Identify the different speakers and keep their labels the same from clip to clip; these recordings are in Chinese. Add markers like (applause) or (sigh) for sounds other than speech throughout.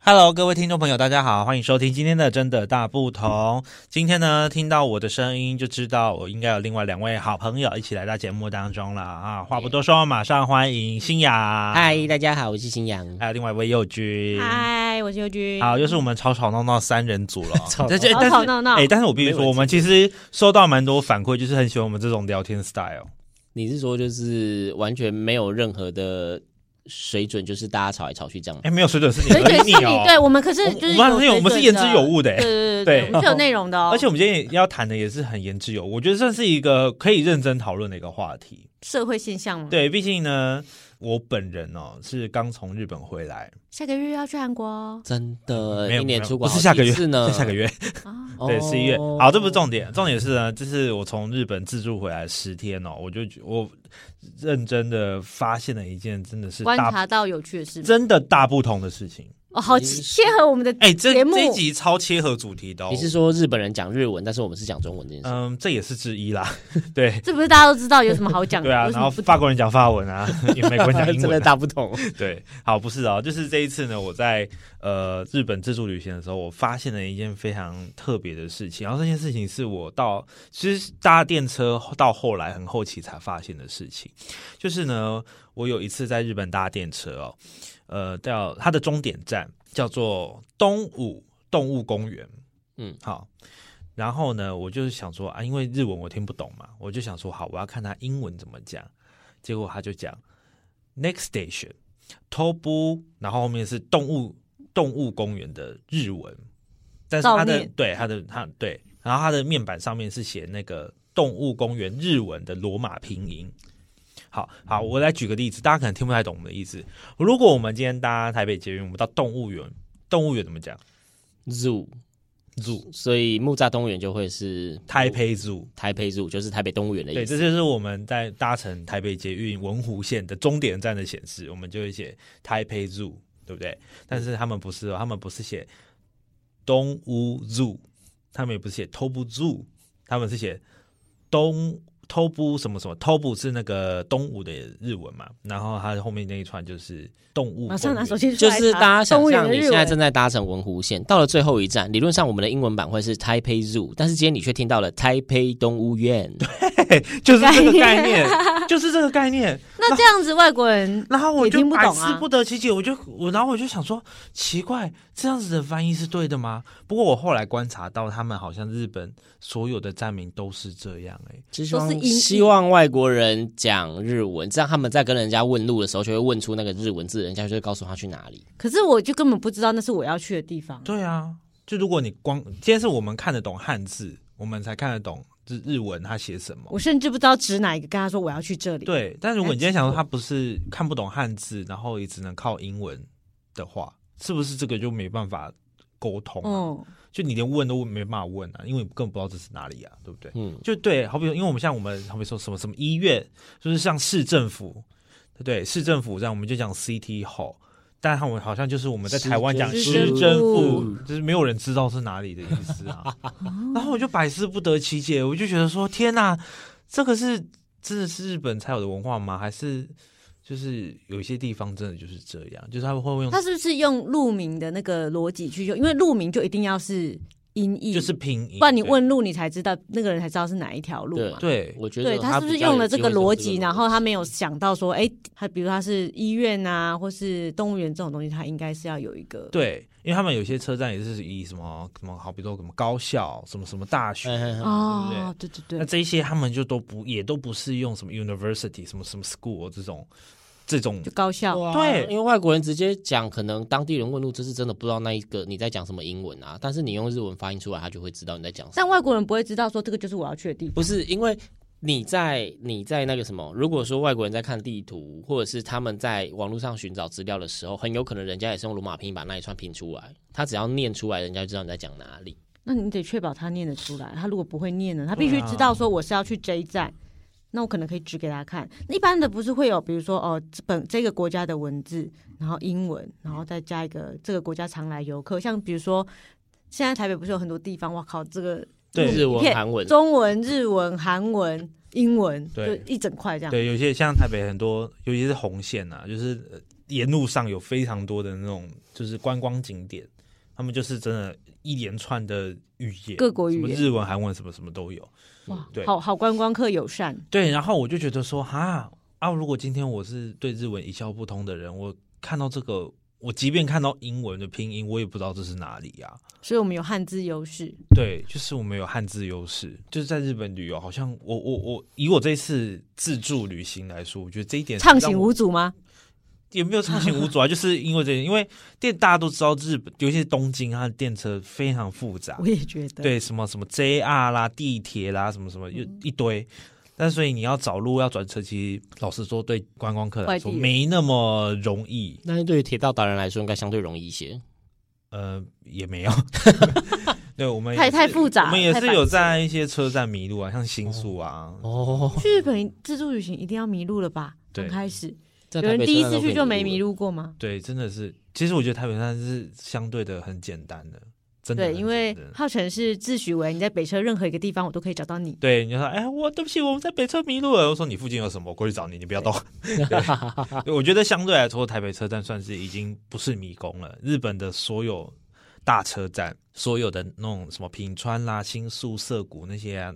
Speaker 1: Hello，各位听众朋友，大家好，欢迎收听今天的《真的大不同》。今天呢，听到我的声音就知道我应该有另外两位好朋友一起来到节目当中了啊！话不多说，马上欢迎新雅，，
Speaker 2: 嗨，大家好，我是新阳。
Speaker 1: 还有另外一位佑君，
Speaker 3: 嗨，我是尤军。
Speaker 1: 好，又是我们吵吵闹闹三人组了。但
Speaker 3: (laughs)
Speaker 1: 是
Speaker 3: 吵
Speaker 1: 但
Speaker 3: 吵
Speaker 1: 是
Speaker 3: 闹闹
Speaker 1: 哎、，但是我必须
Speaker 2: 没
Speaker 1: 说，
Speaker 2: 有
Speaker 1: 我们其实收到蛮多反馈，就是很喜欢我们这种聊天 style。
Speaker 2: 你是说就是完全没有任何的水准，就是大家吵来吵去这样
Speaker 1: 哎、？没有水准是你，
Speaker 3: 水准是
Speaker 1: 而
Speaker 3: 你
Speaker 1: 哦
Speaker 3: 对我们，可是
Speaker 1: 我
Speaker 3: 就是
Speaker 1: 我们
Speaker 3: 有
Speaker 1: 我们是言之有物的哎
Speaker 3: 水准的对对对，
Speaker 1: 对
Speaker 3: 我们是有内容的哦。
Speaker 1: (laughs) 而且我们今天也要谈的也是很言之有物，我觉得算是一个可以认真讨论的一个话题。
Speaker 3: 社会现象嘛，，
Speaker 1: 对，毕竟呢，我本人哦是刚从日本回来，
Speaker 3: 下个月要去韩国哦
Speaker 2: 真的，
Speaker 1: 没有
Speaker 2: 呃一年
Speaker 1: 没有
Speaker 2: 出国
Speaker 1: 不是下个月，
Speaker 2: 是呢，
Speaker 1: 是下个月， (laughs)
Speaker 3: 啊，
Speaker 2: 哦
Speaker 1: 对，十一月。好，这不是重点，重点是呢，这是我从日本自助回来十天哦，我就觉我认真的发现了一件真的是
Speaker 3: 观
Speaker 1: 大
Speaker 3: 察到有趣的事吗，
Speaker 1: 真的大不同的事情。
Speaker 3: 哦，好切合我们的
Speaker 1: 哎，这
Speaker 3: 节目
Speaker 1: 这一集超切合主题的、哦
Speaker 2: 你，是说日本人讲日文，但是我们是讲中文这件事？
Speaker 1: 嗯，这也是之一啦， (laughs) 对。
Speaker 3: 这不是大家都知道有什么好讲的？
Speaker 1: 对啊，
Speaker 3: 嗯有什
Speaker 1: 然
Speaker 3: 么
Speaker 1: 后
Speaker 3: 不
Speaker 1: 法国人讲法文
Speaker 2: (laughs)
Speaker 1: 啊，也美国人讲英
Speaker 2: 真的
Speaker 1: 文、啊，
Speaker 2: 大不同。
Speaker 1: (laughs) 对，好，不是啊，就是这一次呢，我在呃日本自助旅行的时候，我发现了一件非常特别的事情。然后这件事情是我到其实搭电车到后来很后期才发现的事情，就是呢，我有一次在日本搭电车哦，呃，到它的终点站叫做东武动物公园，
Speaker 2: 嗯，
Speaker 1: 好。然后呢，我就是想说啊，因为日文我听不懂嘛，我就想说好，我要看他英文怎么讲。结果他就讲 next station，偷步，然后后面是动物动物公园的日文，但是它
Speaker 3: 照
Speaker 1: 的
Speaker 3: 念
Speaker 1: 对它的它对，然后它的面板上面是写那个动物公园日文的罗马拼音。好好，我来举个例子，大家可能听不太懂我们的意思。如果我们今天搭台北捷运，我们到动物园，动物园怎么讲
Speaker 2: Zoo，
Speaker 1: ？Zoo，
Speaker 2: 所以木栅动物园就会是
Speaker 1: 台北 Zoo。
Speaker 2: 台北 Zoo，就是台北动物
Speaker 3: 哎
Speaker 2: 园的
Speaker 1: 对，
Speaker 2: 意思。
Speaker 1: 这就是我们在搭乘台北捷运文湖线的终点站的显示，我们就会写台北 Zoo，对不对？但是他们不是、哦，他们不是写东屋 Zoo，他们也不是写 Tobu Zoo，他们是写东 Tobu 什么什么，Tobu 是那个东吴的日文嘛，然后它后面那一串就是动物公
Speaker 3: (laughs)
Speaker 1: 园。
Speaker 3: 马上拿手机出
Speaker 2: 就
Speaker 3: 来查，
Speaker 2: 是大家
Speaker 3: 动
Speaker 2: 想
Speaker 3: 物园
Speaker 2: 象
Speaker 3: 的
Speaker 2: 你
Speaker 3: 日
Speaker 2: 现在正
Speaker 3: 文，
Speaker 2: 在搭乘文湖线，到了最后一站，理论上我们的英文版会是 Taipei Zoo，但是今天你却听到了 Taipei 动物园。
Speaker 1: 就是这个概念，
Speaker 3: (laughs)
Speaker 1: 就是这个概念。
Speaker 3: 那这样子外国人
Speaker 1: 然后我
Speaker 3: 也
Speaker 1: 就
Speaker 3: 听不
Speaker 1: 百
Speaker 3: 懂啊
Speaker 1: 思不得其解，我就我然后我就想说，奇怪，这样子的翻译是对的吗？不过我后来观察到，他们好像日本所有的站名都是这样、欸，
Speaker 2: 就希
Speaker 3: 都是
Speaker 2: 望
Speaker 3: 英译
Speaker 2: 希望外国人讲日文，这样他们在跟人家问路的时候，就会问出那个日文字，人家就会告诉他去哪里。
Speaker 3: 可是我就根本不知道那是我要去的地方。
Speaker 1: 对啊，就如果你光今天是我们看得懂汉字，我们才看得懂日日文它写什么
Speaker 3: 我。甚至不知道指哪一个，跟他说我要去这里。，
Speaker 1: 对，但如果你今天想说他不是看不懂汉字，然后也只能靠英文的话，是不是这个就没办法沟通、啊？
Speaker 3: 嗯，
Speaker 1: 就你连问都没办法问啊，因为你根本不知道这是哪里啊，对不对？
Speaker 2: 嗯，
Speaker 1: 就对，好比因为我们像我们好比说什么什么医院，就是像市政府，对不对？市政府这样我们就讲 CT 吼，但他们好像就是我们在台湾讲
Speaker 2: 市
Speaker 3: 政
Speaker 1: 市
Speaker 3: 府
Speaker 1: 政府，就是没有人知道是哪里的意思
Speaker 3: (laughs)
Speaker 1: 啊。然后我就百思不得其解，我就觉得说天哪，这个是真的是日本才有的文化吗？还是就是有一些地方真的就是这样，就是他们会用
Speaker 3: 他是不是用路名的那个逻辑去用？因为路名就一定要是音译，
Speaker 1: 就是拼音，
Speaker 3: 不然你
Speaker 1: 对
Speaker 3: 问路，你才知道那个人才知道是哪一条路嘛。
Speaker 1: 对
Speaker 2: 我觉得
Speaker 3: 对他是不是
Speaker 2: 比较有
Speaker 3: 用了这个
Speaker 2: 机会
Speaker 3: 逻
Speaker 2: 这
Speaker 3: 辑，
Speaker 2: 个
Speaker 3: 然后他没有想到说，哎，他比如他是医院啊，或是动物园这种东西，他应该是要有一个
Speaker 1: 对，因为他们有些车站也是以什么什么，好比说什么高校、什么什么大学，
Speaker 2: 嗯嗯嗯
Speaker 3: 哦，对对
Speaker 1: 那
Speaker 3: 对，
Speaker 1: 这一些他们就都不也都不是用什么 university、什么什么 school 这种这种
Speaker 3: 就高效。
Speaker 2: 哇
Speaker 1: 对
Speaker 2: 因为外国人直接讲，可能当地人问路，这是真的不知道那一个你在讲什么英文啊。但是你用日文发音出来，他就会知道你在讲什么。
Speaker 3: 但外国人不会知道说这个就是我要去的地方。
Speaker 2: 不是因为你在你在那个什么，如果说外国人在看地图，或者是他们在网络上寻找资料的时候，很有可能人家也是用罗马拼音把那一串拼出来，他只要念出来，人家就知道你在讲哪里。
Speaker 1: 啊
Speaker 3: 那你得确保他念得出来。他如果不会念呢，他必须知道说我是要去这一站，那我可能可以指给他看。那一般的不是会有，比如说哦，这本这个国家的文字，然后英文，然后再加一个这个国家常来游客，像比如说现在台北不是有很多地方，哇靠，这个
Speaker 1: 对
Speaker 2: 日文、
Speaker 3: 片
Speaker 2: 韩文，
Speaker 3: 中文、日文、韩文、英文，就
Speaker 1: 对
Speaker 3: 一整块这样。
Speaker 1: 对，有些像台北很多，尤其是红线啊，就是呃沿路上有非常多的那种就是观光景点，他们就是真的一连串的语言，
Speaker 3: 各国语言
Speaker 1: 什么日文、韩文什么什么都有。
Speaker 3: 哇
Speaker 1: 对，
Speaker 3: 好好观光客友善，
Speaker 1: 对，然后我就觉得说，哈啊，如果今天我是对日文一窍不通的人，我看到这个，我即便看到英文的拼音，我也不知道这是哪里啊。
Speaker 3: 所以我们有汉字优势。
Speaker 1: 对，就是我们有汉字优势，就是在日本旅游，好像我我我以我这次自助旅行来说，我觉得这一点
Speaker 3: 畅
Speaker 1: 让
Speaker 3: 行
Speaker 1: 我
Speaker 3: 无阻吗？
Speaker 1: 也没有畅行无阻啊，就是因为这，因为电大家都知道日本，尤其是东京，它的电车非常复杂
Speaker 3: 我，也觉得，，
Speaker 1: 对什么什么 JR 啦、地铁啦，什么
Speaker 3: 嗯
Speaker 1: 什么又一堆。但所以你要找路要转车，其实老实说，对观光客来说
Speaker 3: 外地人
Speaker 1: 没那么容易，
Speaker 2: 但是对于铁道达人来说，应该相对容易一些。
Speaker 1: 呃，也没
Speaker 3: (laughs)
Speaker 1: 有。对我们也
Speaker 3: 太
Speaker 1: 是
Speaker 3: 太复杂
Speaker 1: 我们也
Speaker 3: 太
Speaker 1: 是
Speaker 3: 繁
Speaker 1: 有
Speaker 3: 杂
Speaker 1: 在一些车站迷路啊，像新宿啊，
Speaker 2: 哦，
Speaker 3: 去日本自助旅行一定要迷路了吧？
Speaker 1: 对
Speaker 3: 刚开始
Speaker 2: 有
Speaker 3: 有人第一次去就没 (laughs) 迷，路过吗？
Speaker 1: 对，真的是。其实我觉得台北站是相对的很简单的，真的
Speaker 3: 对，
Speaker 1: 很
Speaker 3: 因为
Speaker 1: 简单
Speaker 3: 浩辰是自诩为你在北车任何一个地方我都可以找到你，
Speaker 1: 对，你就说，哎，我对不起，我们在北车迷路了。我说你附近有什么，我过去找你，你不要动。对
Speaker 3: (laughs)
Speaker 1: 对，我觉得相对来说，台北车站算是已经不是迷宫了。日本的所有大车站，所有的那种什么品川啦、新宿、涩谷那些啊、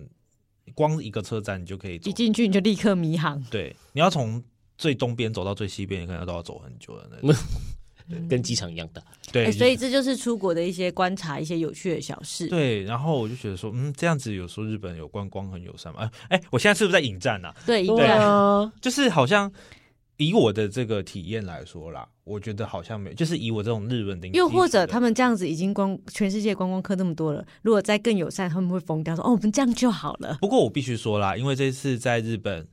Speaker 1: 光一个车站你就可以走
Speaker 3: 一。进去你就立刻迷航。
Speaker 1: 对，你要从最东边走到最西边，你可能都要走很久
Speaker 3: (laughs)
Speaker 1: 的那种。
Speaker 2: 跟机场一样的。
Speaker 1: 对，
Speaker 3: 哎所以
Speaker 1: 就是
Speaker 3: 这就是出国的一些观察，一些有趣的小事。
Speaker 1: 对，然后我就觉得说，嗯，这样子有时候日本有观光很友善嘛。哎、哎，我现在是不是在引战呢、
Speaker 3: 对，因
Speaker 1: 对
Speaker 3: 为
Speaker 2: 啊，
Speaker 1: 就是好像以我的这个体验来说啦，我觉得好像没有，就是以我这种日本的，
Speaker 3: 又或者他们这样子已经光全世界观光客那么多了，如果再更友善，他们会疯掉说哦，我们这样就好了。
Speaker 1: 不过我必须说啦，因为这次在日本，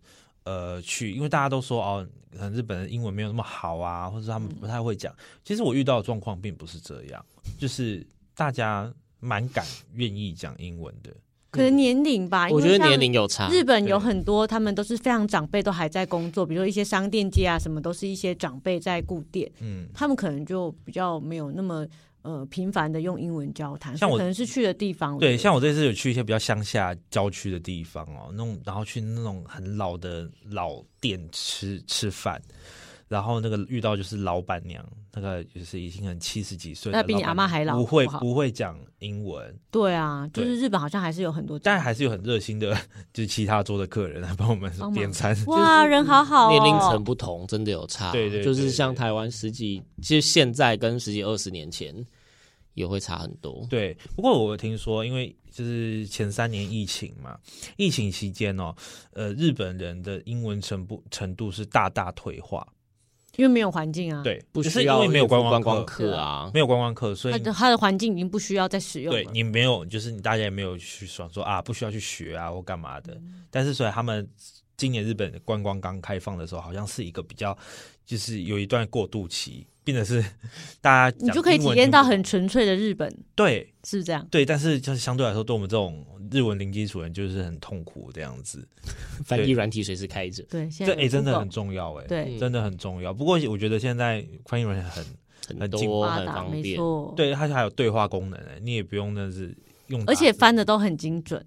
Speaker 1: 呃，去，因为大家都说哦，可能日本人英文没有那么好啊，或者他们
Speaker 3: 嗯
Speaker 1: 不太会讲。其实我遇到的状况并不是这样，就是大家蛮敢愿意讲英文的。
Speaker 3: 可能年龄吧，因
Speaker 2: 啊我
Speaker 3: 为
Speaker 2: 觉得
Speaker 3: 像
Speaker 2: 年龄有差。
Speaker 3: 日本有
Speaker 1: 啊对
Speaker 3: 很多，他们都是非常长辈，都还在工作，比如说一些商店街啊，什么都是一些长辈在顾店，
Speaker 1: 嗯，
Speaker 3: 他们可能就比较没有那么呃频繁的用英文交谈，
Speaker 1: 像
Speaker 3: 所以
Speaker 1: 我
Speaker 3: 可能是去的地方，
Speaker 1: 对，
Speaker 3: 我觉得
Speaker 1: 像我这次有去一些比较乡下郊区的地方哦，那种然后去那种很老的老店吃吃饭，然后那个遇到就是老板娘，那个就是已经很七十几岁的
Speaker 3: 那
Speaker 1: 老板
Speaker 3: 比
Speaker 1: 娘，
Speaker 3: 你阿嬷还老
Speaker 1: 不会
Speaker 3: 好不好
Speaker 1: 不会讲英文，
Speaker 3: 对啊，就
Speaker 1: 对
Speaker 3: 是日本好像还是有很多这
Speaker 1: 但
Speaker 3: 样，
Speaker 1: 还是有很热心的，就是其他桌的客人来帮我们
Speaker 3: 帮忙
Speaker 1: 点餐。
Speaker 3: 哇，人好好哦，
Speaker 2: 年龄层不同，真的有差。
Speaker 1: 对对对
Speaker 2: 就是像台湾十几，其实现在跟十几二十年前也会差很多。
Speaker 1: 对，不过我听说，因为就是前三年疫情嘛，疫情期间哦，呃，日本人的英文程度程度是大大退化，
Speaker 3: 因为没有环境啊，，
Speaker 1: 对，
Speaker 2: 不
Speaker 1: 就是
Speaker 2: 需
Speaker 1: 因
Speaker 2: 要
Speaker 1: 为没有
Speaker 2: 应付
Speaker 1: 观
Speaker 2: 观
Speaker 1: 光客，
Speaker 2: 客啊，
Speaker 1: 没有观光客，所以
Speaker 3: 他的他的环境已经不需要再使用
Speaker 1: 对
Speaker 3: 了，
Speaker 1: 你没有，就是你大家也没有去想说啊，不需要去学啊或干嘛的。
Speaker 3: 嗯
Speaker 1: 但是所以他们今年日本观光刚开放的时候，好像是一个比较，就是有一段过渡期，并且是 (laughs) 大家
Speaker 3: 你
Speaker 1: 讲
Speaker 3: 就可以
Speaker 1: 英
Speaker 3: 体
Speaker 1: 文
Speaker 3: 验
Speaker 1: 听
Speaker 3: 到
Speaker 1: 不懂
Speaker 3: 很纯粹的日本，
Speaker 1: 对
Speaker 3: 是不是这样？
Speaker 1: 对，但是就是相对来说，对我们这种日文零基础人就是很痛苦这样子。
Speaker 2: 翻译软体随时开着，
Speaker 3: 对，现
Speaker 1: 这
Speaker 3: 在
Speaker 1: 哎、真的很
Speaker 3: Google
Speaker 1: 重要哎、
Speaker 3: 对
Speaker 1: 真的很重要。不过我觉得现在宽译软件很
Speaker 2: 很
Speaker 1: 很进步
Speaker 2: 多
Speaker 3: 发
Speaker 2: 很
Speaker 3: 达，
Speaker 2: 方
Speaker 3: 没
Speaker 2: 便。
Speaker 3: 错，，
Speaker 1: 对，它还有对话功能哎、你也不用那是用打
Speaker 3: 而
Speaker 1: 字，
Speaker 3: 且翻的都很精准。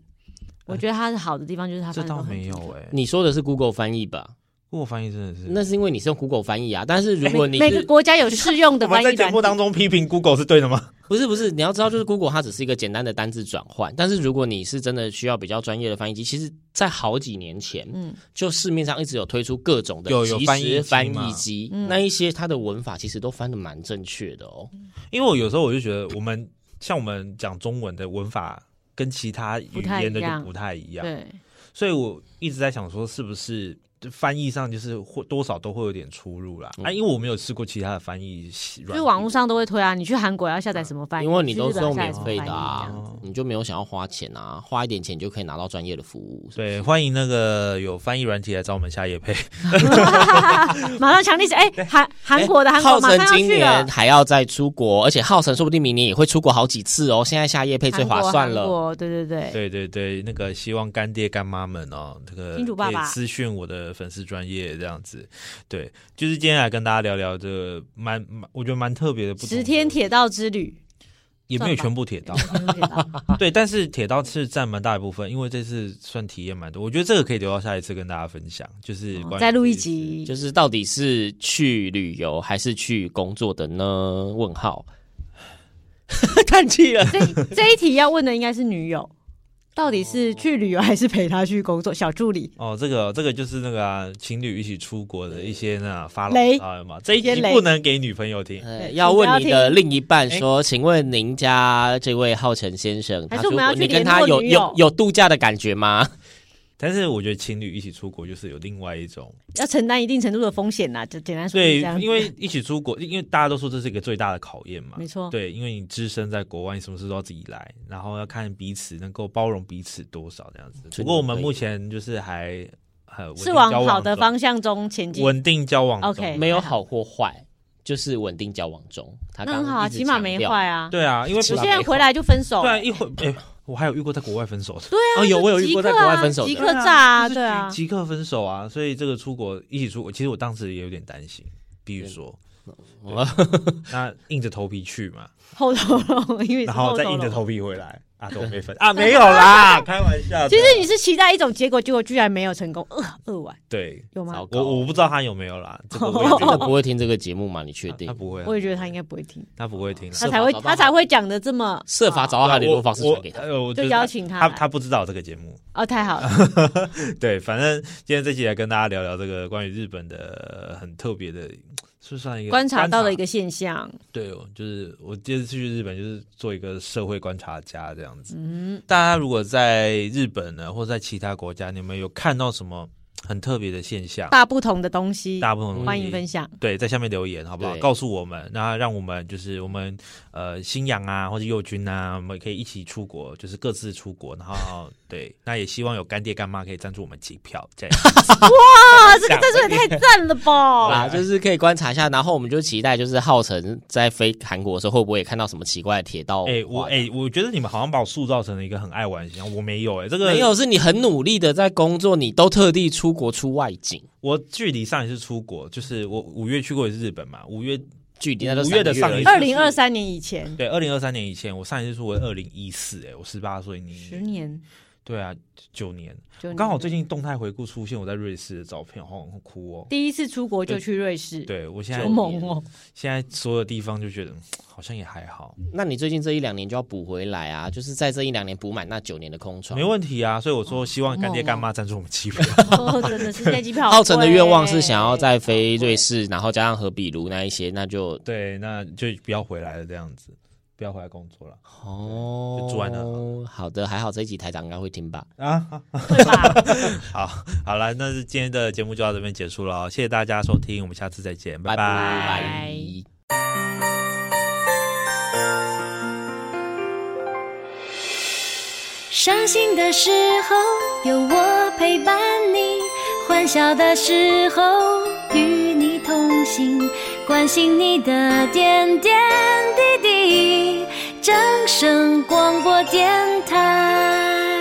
Speaker 3: 我觉得它是好的地方，就是它
Speaker 1: 这
Speaker 3: 翻的都
Speaker 1: 倒
Speaker 3: 很
Speaker 1: 没
Speaker 3: 精
Speaker 1: 有
Speaker 3: 准。
Speaker 1: 哎、欸，
Speaker 2: 你说的是 Google 翻译吧？
Speaker 1: 不过翻译真的是
Speaker 2: 那是因为你是用 Google 翻译啊。但是如果你
Speaker 3: 每个
Speaker 2: 是
Speaker 3: 国家有适用的
Speaker 1: 我
Speaker 3: 翻
Speaker 1: 们在
Speaker 3: 译
Speaker 1: 节
Speaker 3: 软
Speaker 1: 目
Speaker 3: 体。
Speaker 1: 当中批评 Google 是对的吗？
Speaker 2: 不是不是，你要知道，就是 Google 它只是一个简单的单字转换。但是如果你是真的需要比较专业的翻译机，其实，在好几年前，
Speaker 3: 嗯，
Speaker 2: 就市面上一直有推出各种的
Speaker 1: 有有
Speaker 2: 即
Speaker 1: 翻译机
Speaker 2: 时翻
Speaker 1: 嘛
Speaker 2: 译机，
Speaker 3: 嗯
Speaker 2: 那一些它的文法其实都翻的蛮正确的哦。
Speaker 1: (laughs) 因为我有时候我就觉得，我们像我们讲中文的文法跟其他语言的就不太一样，
Speaker 3: 对，
Speaker 1: 所以我一直在想说，是不是翻译上就是或多少都会有点出入啦？啊，因为我没有试过其他的翻译软
Speaker 3: 就
Speaker 1: 体
Speaker 3: 是网络上都会推啊，你去韩国要下载什么翻译，
Speaker 2: 因为你
Speaker 3: 去
Speaker 2: 都
Speaker 3: 日
Speaker 2: 是
Speaker 3: 本
Speaker 2: 用
Speaker 3: 下载
Speaker 2: 免
Speaker 3: 什么
Speaker 2: 费
Speaker 3: 翻
Speaker 2: 的
Speaker 3: 译这样
Speaker 2: 啊
Speaker 3: 子，
Speaker 2: 你就没有想要花钱啊，花一点钱就可以拿到专业的服务。
Speaker 1: 对，欢迎那个有翻译软体来找我们下夜配。
Speaker 3: 马上强力起，哎，韩韩国的韩
Speaker 2: 哎浩
Speaker 3: 国马
Speaker 2: 辰
Speaker 3: 上要
Speaker 2: 今
Speaker 3: 去
Speaker 2: 年
Speaker 3: 了，
Speaker 2: 还要再出国，而且浩辰说不定明年也会出国好几次哦。现在下夜配最划算
Speaker 3: 韩
Speaker 2: 了，
Speaker 3: 国，对对对，
Speaker 1: 对对对，那个希望干爹干妈们哦，这个
Speaker 3: 金主爸爸
Speaker 1: 可以私讯我的粉丝专业这样子。对，就是今天来跟大家聊聊这个蛮蛮，我觉得蛮特别的不同的，
Speaker 3: 十天铁道之旅，
Speaker 1: 也没有
Speaker 3: 算吧
Speaker 1: 全部铁
Speaker 2: 啊
Speaker 1: 道，
Speaker 3: 天铁
Speaker 2: (laughs)
Speaker 3: 道
Speaker 1: (laughs) 对，但是铁道是占蛮大一部分，因为这次算体验蛮多，我觉得这个可以留到下一次跟大家分享，就是关于
Speaker 3: 哦再录一
Speaker 1: 这次。
Speaker 3: 集，
Speaker 2: 就是到底是去旅游还是去工作的呢？问号，叹气了。
Speaker 3: 这一题要问的应该是女友，到底
Speaker 2: 哦
Speaker 3: 是去旅游还是陪她去工作？小助理，
Speaker 1: 哦，这个这个就是那个、啊、情侣一起出国的一些那发
Speaker 3: 雷
Speaker 1: 啊嘛，这一
Speaker 3: 一
Speaker 1: 集
Speaker 3: 些雷
Speaker 1: 不能给女朋友听。
Speaker 2: 呃
Speaker 3: 对
Speaker 2: 要问你的
Speaker 3: 请
Speaker 2: 另一半说，请问您家这位浩辰先生，
Speaker 3: 哎还是
Speaker 2: 他
Speaker 3: 我
Speaker 2: 出
Speaker 3: 们要
Speaker 2: 国
Speaker 3: 去
Speaker 2: 你跟
Speaker 3: 联
Speaker 2: 他
Speaker 3: 络
Speaker 2: 有
Speaker 3: 女
Speaker 2: 有
Speaker 3: 友
Speaker 2: 有度假的感觉吗？
Speaker 1: 但是我觉得情侣一起出国就是有另外一种，
Speaker 3: 要承担一定程度的风险呐，就简单说是
Speaker 1: 对
Speaker 3: 这样，子。
Speaker 1: 因为一起出国，因为大家都说这是一个最大的考验嘛
Speaker 3: 没。错，
Speaker 1: 对，因为你只身在国外，你什么事都要自己来，然后要看彼此能够包容彼此多少这样子。不过我们目前就是还呃稳定
Speaker 3: 是往
Speaker 1: 交
Speaker 3: 好的
Speaker 1: 中
Speaker 3: 方向中前进。
Speaker 1: 稳定交往中
Speaker 3: OK
Speaker 2: 没有好或坏，就是稳定交往中。他
Speaker 3: 那
Speaker 2: 刚
Speaker 3: 很好
Speaker 2: 刚
Speaker 3: 啊，
Speaker 2: 一直
Speaker 3: 起码
Speaker 2: 强
Speaker 3: 没
Speaker 2: 调。
Speaker 3: 坏啊。
Speaker 1: 对啊，因为
Speaker 2: 是
Speaker 1: 不
Speaker 3: 有
Speaker 2: 吧
Speaker 3: 些人回来就分手
Speaker 1: 对啊，
Speaker 3: 了，
Speaker 1: 一会哎，我还有遇过在国外分手的。
Speaker 3: 对啊
Speaker 1: 哦，有我有遇
Speaker 3: 即
Speaker 1: 过在
Speaker 3: 刻
Speaker 1: 国外
Speaker 3: 啊，
Speaker 1: 分手的
Speaker 3: 即，刻炸啊，
Speaker 1: 就是
Speaker 3: 对啊，
Speaker 1: 即刻分手啊，所以这个出国一起出国，其实我当时也有点担心，必须说，对那硬着头皮去嘛，
Speaker 3: 后头龙，因为你是
Speaker 1: 然后再
Speaker 3: 头
Speaker 1: 硬着
Speaker 3: 龙
Speaker 1: 头皮回来
Speaker 3: (laughs)
Speaker 1: 啊，都没分啊，没有啦，开玩笑的。
Speaker 3: 其实你是期待一种结果，结果居然没有成功，二二完
Speaker 1: 对
Speaker 3: 有吗
Speaker 2: 糟？
Speaker 1: 我我不知道他有没有啦，这个我也
Speaker 3: 啊
Speaker 2: (laughs)
Speaker 1: 真的
Speaker 2: 你真的
Speaker 1: 不
Speaker 2: 不会听这个节目吗？你确
Speaker 1: 他他
Speaker 2: 定？
Speaker 1: 不会啊，
Speaker 3: 我也觉得他应该不会听，
Speaker 1: 他不会听啊。
Speaker 2: 是
Speaker 3: 他
Speaker 2: 吧
Speaker 3: 才会
Speaker 2: 找到
Speaker 3: 他才会讲的这么
Speaker 2: 设法找到他的联络方式
Speaker 1: 我
Speaker 2: 传给他。
Speaker 1: 呃我
Speaker 3: 就
Speaker 1: 觉得
Speaker 3: 邀请他
Speaker 1: 他
Speaker 3: 来
Speaker 1: 他不知道这个节目，
Speaker 3: 哦，太好了，
Speaker 1: 对，反正今天这期来跟大家聊聊这个关于日本的很特别的，是算一个
Speaker 3: 观察到了一个现象，
Speaker 1: 对哦，就是我这次去日本就是做一个社会观察家这样子。
Speaker 3: 嗯，
Speaker 1: 大家如果在日本呢，或在其他国家，你们有看到什么很特别的现象？
Speaker 3: 大不同的东西，
Speaker 1: 大部分东西
Speaker 3: 欢迎分享。
Speaker 1: 对，在下面留言好不好？
Speaker 2: 对
Speaker 1: 告诉我们，那让我们就是我们呃新阳啊，或者佑君啊，我们可以一起出国，就是各自出国，然后对，那也希望有干爹干妈可以赞助我们机票，这样。
Speaker 3: 哇，这个赞助也太赞了
Speaker 2: 好
Speaker 3: 吧！
Speaker 2: 啦，就是可以观察一下，然后我们就期待，就是浩辰在飞韩国的时候，会不会也看到什么奇怪的铁道？
Speaker 1: 哎、我哎、我觉得你们好像把我塑造成了一个很爱玩的形象，我没有哎、这个
Speaker 2: 没有，是你很努力的在工作，你都特地出国出外景，
Speaker 1: 我距离上一次出国，就是我五月去过一次日本嘛，五月
Speaker 2: 距离那都
Speaker 1: 五月的
Speaker 2: 三个
Speaker 1: 上一
Speaker 2: 而已
Speaker 3: 二零二三年以前，
Speaker 1: 对二零二三年以前，我上一次出国二零一四，哎，我十八岁，你
Speaker 3: 十年
Speaker 1: 对啊，九年，
Speaker 3: 就
Speaker 1: 刚好最近动态回顾出现我在瑞士的照片，好很哭哦。
Speaker 3: 第一次出国就去瑞士，
Speaker 1: 对我现在
Speaker 3: 好猛哦！
Speaker 1: 现在所有地方就觉得嗯好像也还好，
Speaker 3: 嗯
Speaker 2: 那你最近这一两年就要补回来啊，就是在这一两年补满那九年的空窗。
Speaker 1: 没问题啊。所以我说希望干爹
Speaker 3: 好猛哦
Speaker 1: 干妈赞助我们机票。
Speaker 3: 哦，真的是现在机票好贵。
Speaker 2: 浩辰的愿望是想要再飞瑞
Speaker 1: 哦
Speaker 2: 士，然后加上和比卢那一些，那就
Speaker 1: (laughs) 对，那就不要回来了，这样子，不要回来工作了
Speaker 2: 哦，
Speaker 1: 就住在那
Speaker 2: 好的，还好这一集台长应该会听吧。
Speaker 1: 啊。
Speaker 3: 对吧？
Speaker 1: 好，好了，那是今天的节目就到这边结束了哦，谢谢大家收听，我们下次再见，拜
Speaker 2: 拜
Speaker 3: 拜
Speaker 4: 伤心的时候有我陪伴你，欢笑的时候与你同行，关心你的点点滴滴。掌声广播电台。